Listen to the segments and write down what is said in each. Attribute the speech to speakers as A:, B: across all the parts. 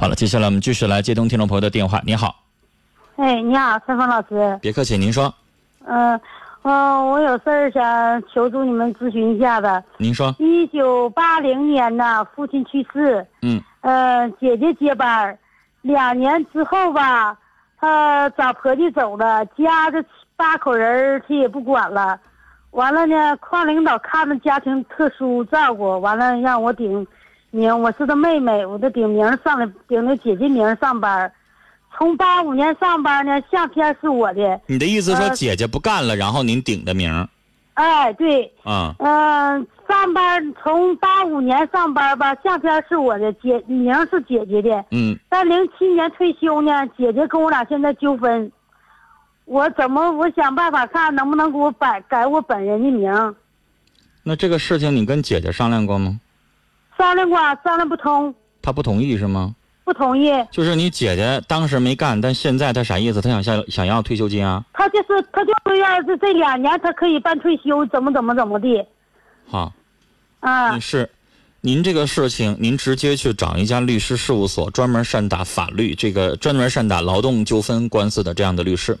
A: 好了，接下来我们继续来接通听众朋友的电话。您好，
B: 哎，你好，春风老师。
A: 别客气，您说，
B: 嗯、呃，我有事儿想求助你们咨询一下子。
A: 您说，
B: 一九八零年呢，父亲去世，
A: 嗯
B: 呃，姐姐接班儿，两年之后吧，她找婆家走了，家这七八口人儿她也不管了。完了呢，矿领导看着家庭特殊照顾，完了让我顶名，我是她妹妹，我就顶名上来，顶着姐姐名上班儿。从八五年上班呢，相片是我的，
A: 你的意思说
B: 呃
A: 姐姐不干了，然后您顶的名儿
B: 哎，对，
A: 啊？
B: 嗯，上班从八五年上班吧，相片是我的，姐名是姐姐的。
A: 嗯，
B: 但零七年退休呢，姐姐跟我俩现在纠纷，我怎么我想办法看能不能给我改改我本人的名。
A: 那这个事情你跟姐姐商量过吗？
B: 商量过，商量不通，
A: 她不同意是吗？
B: 不同意。
A: 就是你姐姐当时没干，但现在她啥意思？她想下想要退休金啊？
B: 他就是他就是要这这两年他可以办退休，怎么怎么怎么地
A: 好，
B: 啊
A: 女？士，您这个事情，您直接去找一家律师事务所，专门善打法律这个专门善打劳动纠纷官司的这样的律师，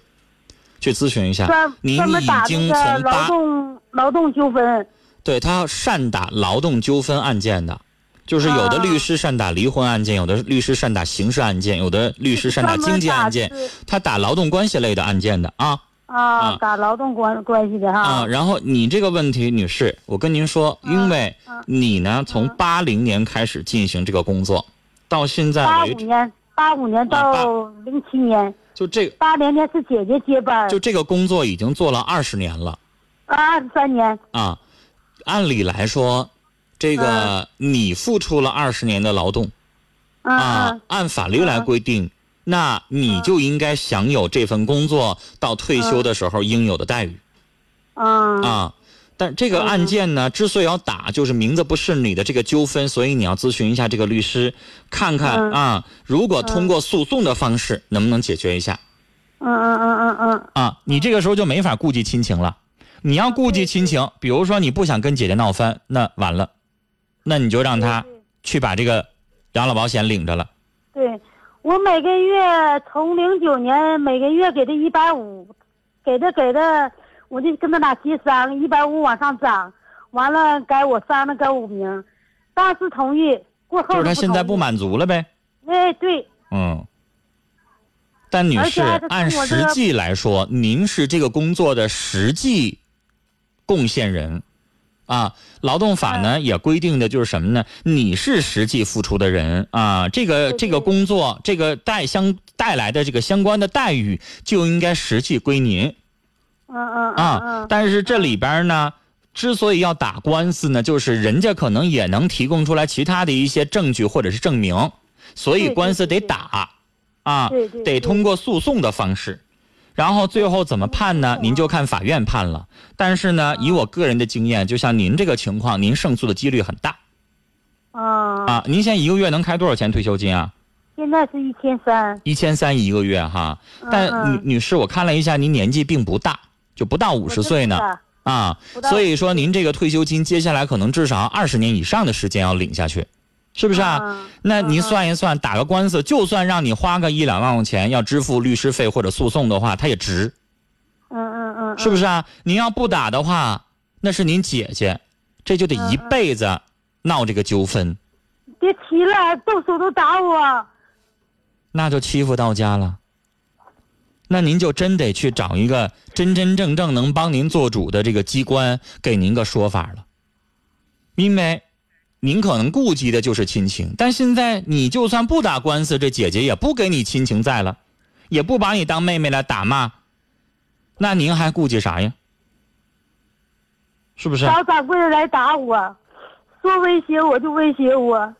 A: 去咨询一下
B: 专。
A: 啊您
B: 专门
A: 已
B: 打
A: 经
B: 这个
A: 从
B: 劳
A: 八
B: 动劳动纠纷，
A: 对他善打劳动纠纷案件的，就是有的
B: 啊
A: 律师善打离婚案件，有的律师善打刑事案件，有的律师善打
B: 专门
A: 经济案件，
B: 是
A: 他打劳动关系类的案件的啊。啊
B: 啊，打劳动关关系的哈。
A: 啊，然后你这个问题，女士，我跟您说，因为
B: 啊
A: 你呢，从八零年开始进行这个工作，到现在
B: 八
A: 为
B: 五
A: 止，
B: 年，八五
A: 嗯
B: 年到零七年，
A: 就这个
B: 八零年是姐姐接班儿，
A: 就这个工作已经做了二十年了
B: 二十三年，
A: 啊。按理来说，这
B: 啊
A: 个你付出了二十年的劳动
B: 嗯、
A: 啊
B: 嗯，
A: 按法律来规定，那你就应该享有这份工作到退休的时候应有的待遇
B: 嗯，
A: 啊。但这个案件呢，之所以要打，就是名字不是你的这个纠纷，所以你要咨询一下这个律师，看看
B: 嗯
A: 啊，如果通过诉讼的方式能不能解决一下
B: 嗯嗯嗯嗯嗯，
A: 啊？你这个时候就没法顾及亲情了。你要顾及亲情，比如说你不想跟姐姐闹翻，那完了，那你就让她去把这个养老保险领着了。
B: 对，我每个月从零九年每个月给他一百五，给他给他，我就跟他俩协商，一百五往上涨，完了改我商量改我名，当时同意，过
A: 就
B: 后
A: 是她
B: 就
A: 现在不
B: 同意，
A: 满足了呗。
B: 哎对，
A: 嗯，但女
B: 而
A: 士，
B: 且还得
A: 按
B: 通过这
A: 实
B: 个
A: 际来说，您是这个工作的实际贡献人啊。劳动法
B: 嗯
A: 呢、也规定的就是什么呢？你是实际付出的人啊，这个
B: 对
A: 这个
B: 对
A: 工作，这个带相带来的这个相关的待遇就应该实际归您
B: 嗯嗯嗯
A: 啊
B: 嗯。
A: 但是这里边呢。之所以要打官司呢，就是人家可能也能提供出来其他的一些证据或者是证明，所以
B: 对对
A: 官司
B: 对
A: 得
B: 对
A: 打啊。
B: 对对
A: 得
B: 对
A: 通过诉讼的方式，然后最后怎么判呢？您就看法院判了。但是呢，
B: 嗯
A: 以我个人的经验，就像您这个情况，您胜诉的几率很大
B: 嗯，
A: 啊。您现在一个月能开多少钱退休金啊？
B: 现在是一千三，
A: 一千三一个月哈。但
B: 嗯
A: 女女士，我看了一下，您年纪并不大，就不到五
B: 五
A: 十岁呢啊。
B: 不到
A: 所以说，您这个退休金接下来可能至少二十年以上的时间要领下去，是不是啊？
B: 嗯
A: 那您
B: 嗯
A: 算一算，打个官司，就算让你花个一两万块钱要支付律师费或者诉讼的话，它也值。
B: 嗯嗯嗯，
A: 是不
B: 是？
A: 是啊？您要不打的话，那是您姐姐，这就得
B: 嗯
A: 一辈子闹这个纠纷，
B: 别提了，动手都打我。
A: 那就欺负到家了。那您就真得去找一个真真正正能帮您做主的这个机关，给您个说法了。因为，您可能顾及的就是亲情，但现在你就算不打官司，这姐姐也不给你亲情在了，也不把你当妹妹来打骂，那您还顾忌啥呀？是不是啊？
B: 找掌柜的来打我，说威胁我就威胁我。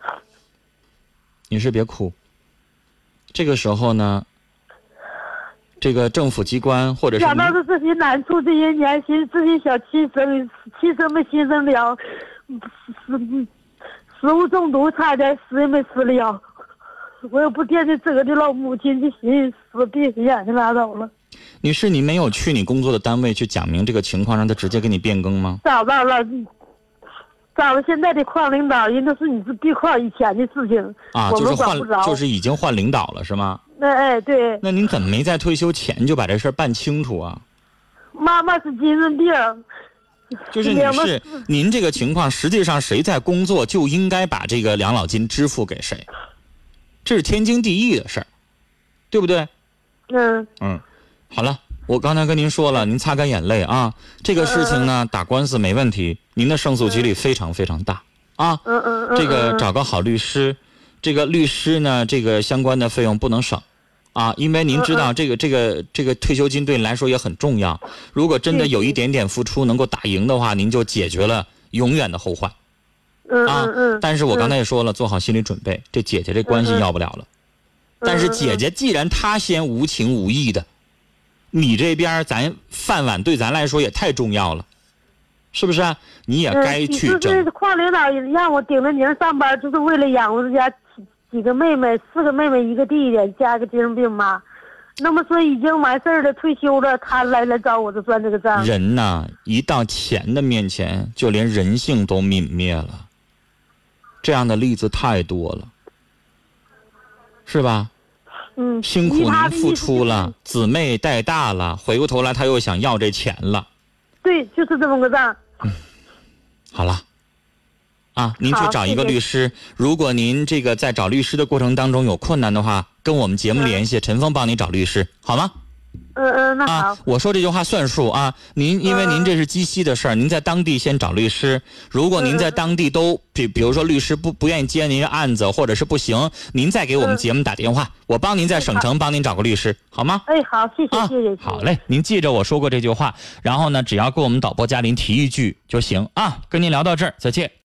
A: 女士别哭。这个时候呢，这个政府机关或者是
B: 想
A: 民
B: 到是自己难处，这些年心自己小亲生亲生没亲生了，食食物中毒差点死也没死了。我也不惦记自个儿的老母亲，就寻思死闭死眼睛拉倒了。
A: 女士，你没有去你工作的单位去讲明这个情况，让他直接给你变更吗？
B: 找到了，找了现在的矿领导，人都是你是地矿以前的事情，
A: 啊，
B: 我
A: 就是
B: 们管
A: 换
B: 不着。
A: 就是已经换领导了是吗？
B: 那哎，对，
A: 那您怎么没在退休前就把这事儿办清楚啊？
B: 妈妈是精神病，
A: 就是你
B: 两个
A: 是您这个情况，实际上谁在工作就应该把这个养老金支付给谁，这是天经地义的事儿，对不对？
B: 嗯
A: 嗯，好了，我刚才跟您说了，您擦干眼泪啊。这个事情
B: 呃
A: 呢，打官司没问题，您的胜诉几率非常非常大啊。
B: 嗯嗯嗯，
A: 这个
B: 嗯
A: 找个好律师，这个律师呢，这个相关的费用不能省。啊，因为您知
B: 嗯
A: 道这个这个这个退休金对您来说也很重要。如果真的
B: 对
A: 有一点点付出能够打赢的话，您就解决了永远的后患
B: 嗯
A: 啊
B: 嗯嗯。
A: 但是我刚才也说了，做好心理准备，这姐姐这关系
B: 嗯嗯
A: 要不了了。但
B: 嗯
A: 是姐姐既然她先无情无义的，你这边儿咱饭碗对咱来说也太重要了，是不是、啊？你也
B: 嗯
A: 该
B: 你
A: 去
B: 就是
A: 争。
B: 矿领导让我顶着您上班，就是为了养活自家几几个妹妹，四个妹妹一个弟弟，加一个精神病妈。那么说已经完事儿了，退休了，他来来找我这算这个账。
A: 人呐，一到钱的面前，就连人性都泯灭了。这样的例子太多了，是吧？
B: 嗯，
A: 辛苦
B: 依他
A: 您
B: 的
A: 付
B: 意思
A: 出
B: 就是
A: 了，。姊妹带大了，回过头来她又想要这钱了。
B: 对，就是这么个账。
A: 好了，啊，您去
B: 好
A: 找一个
B: 谢谢
A: 律师。如果您这个在找律师的过程当中有困难的话，跟我们节目
B: 嗯
A: 联系，陈峰帮你找律师，好吗？
B: 嗯嗯，那好嗯
A: 啊。，我说这句话算数啊。您因为您这是鸡西的事儿，您在当地先找律师。如果您在
B: 嗯
A: 当地都比比如说律师不不愿意接您的案子，或者是不行，您再给我们
B: 嗯
A: 节目打电话，我帮您在省城帮您找个律师，好吗？
B: 哎，好，谢谢，
A: 啊
B: 谢谢，谢谢
A: 好嘞，您记着我说过这句话，然后呢，只要给我们导播嘉林提一句就行啊。跟您聊到这儿，再见。